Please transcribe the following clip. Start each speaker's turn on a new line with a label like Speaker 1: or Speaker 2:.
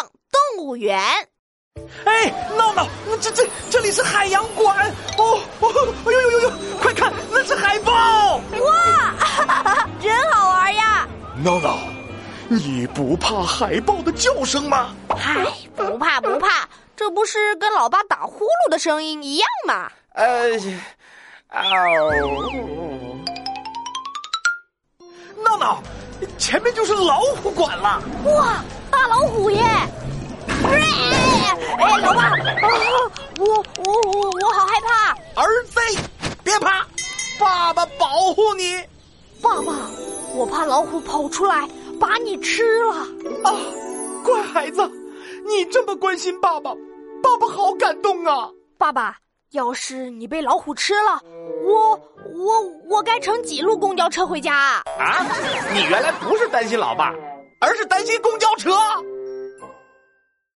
Speaker 1: 动物园。
Speaker 2: 哎，闹闹，这这这里是海洋馆哦！哦，哎呦呦呦呦，快看，那是海豹！
Speaker 1: 哇，真好玩呀！
Speaker 2: 闹闹，你不怕海豹的叫声吗？
Speaker 1: 嗨，不怕不怕，这不是跟老爸打呼噜的声音一样吗？
Speaker 2: 呃，哦，闹闹，前面就是老虎馆了。
Speaker 1: 哇，大老虎耶！哎，老爸，啊我我我我好害怕！
Speaker 2: 儿子，别怕，爸爸保护你。
Speaker 1: 爸爸，我怕老虎跑出来把你吃了。
Speaker 2: 啊，乖孩子，你这么关心爸爸，爸爸好感动啊！
Speaker 1: 爸爸，要是你被老虎吃了，我我我该乘几路公交车回家啊？
Speaker 2: 啊，你原来不是担心老爸，而是担心公交车。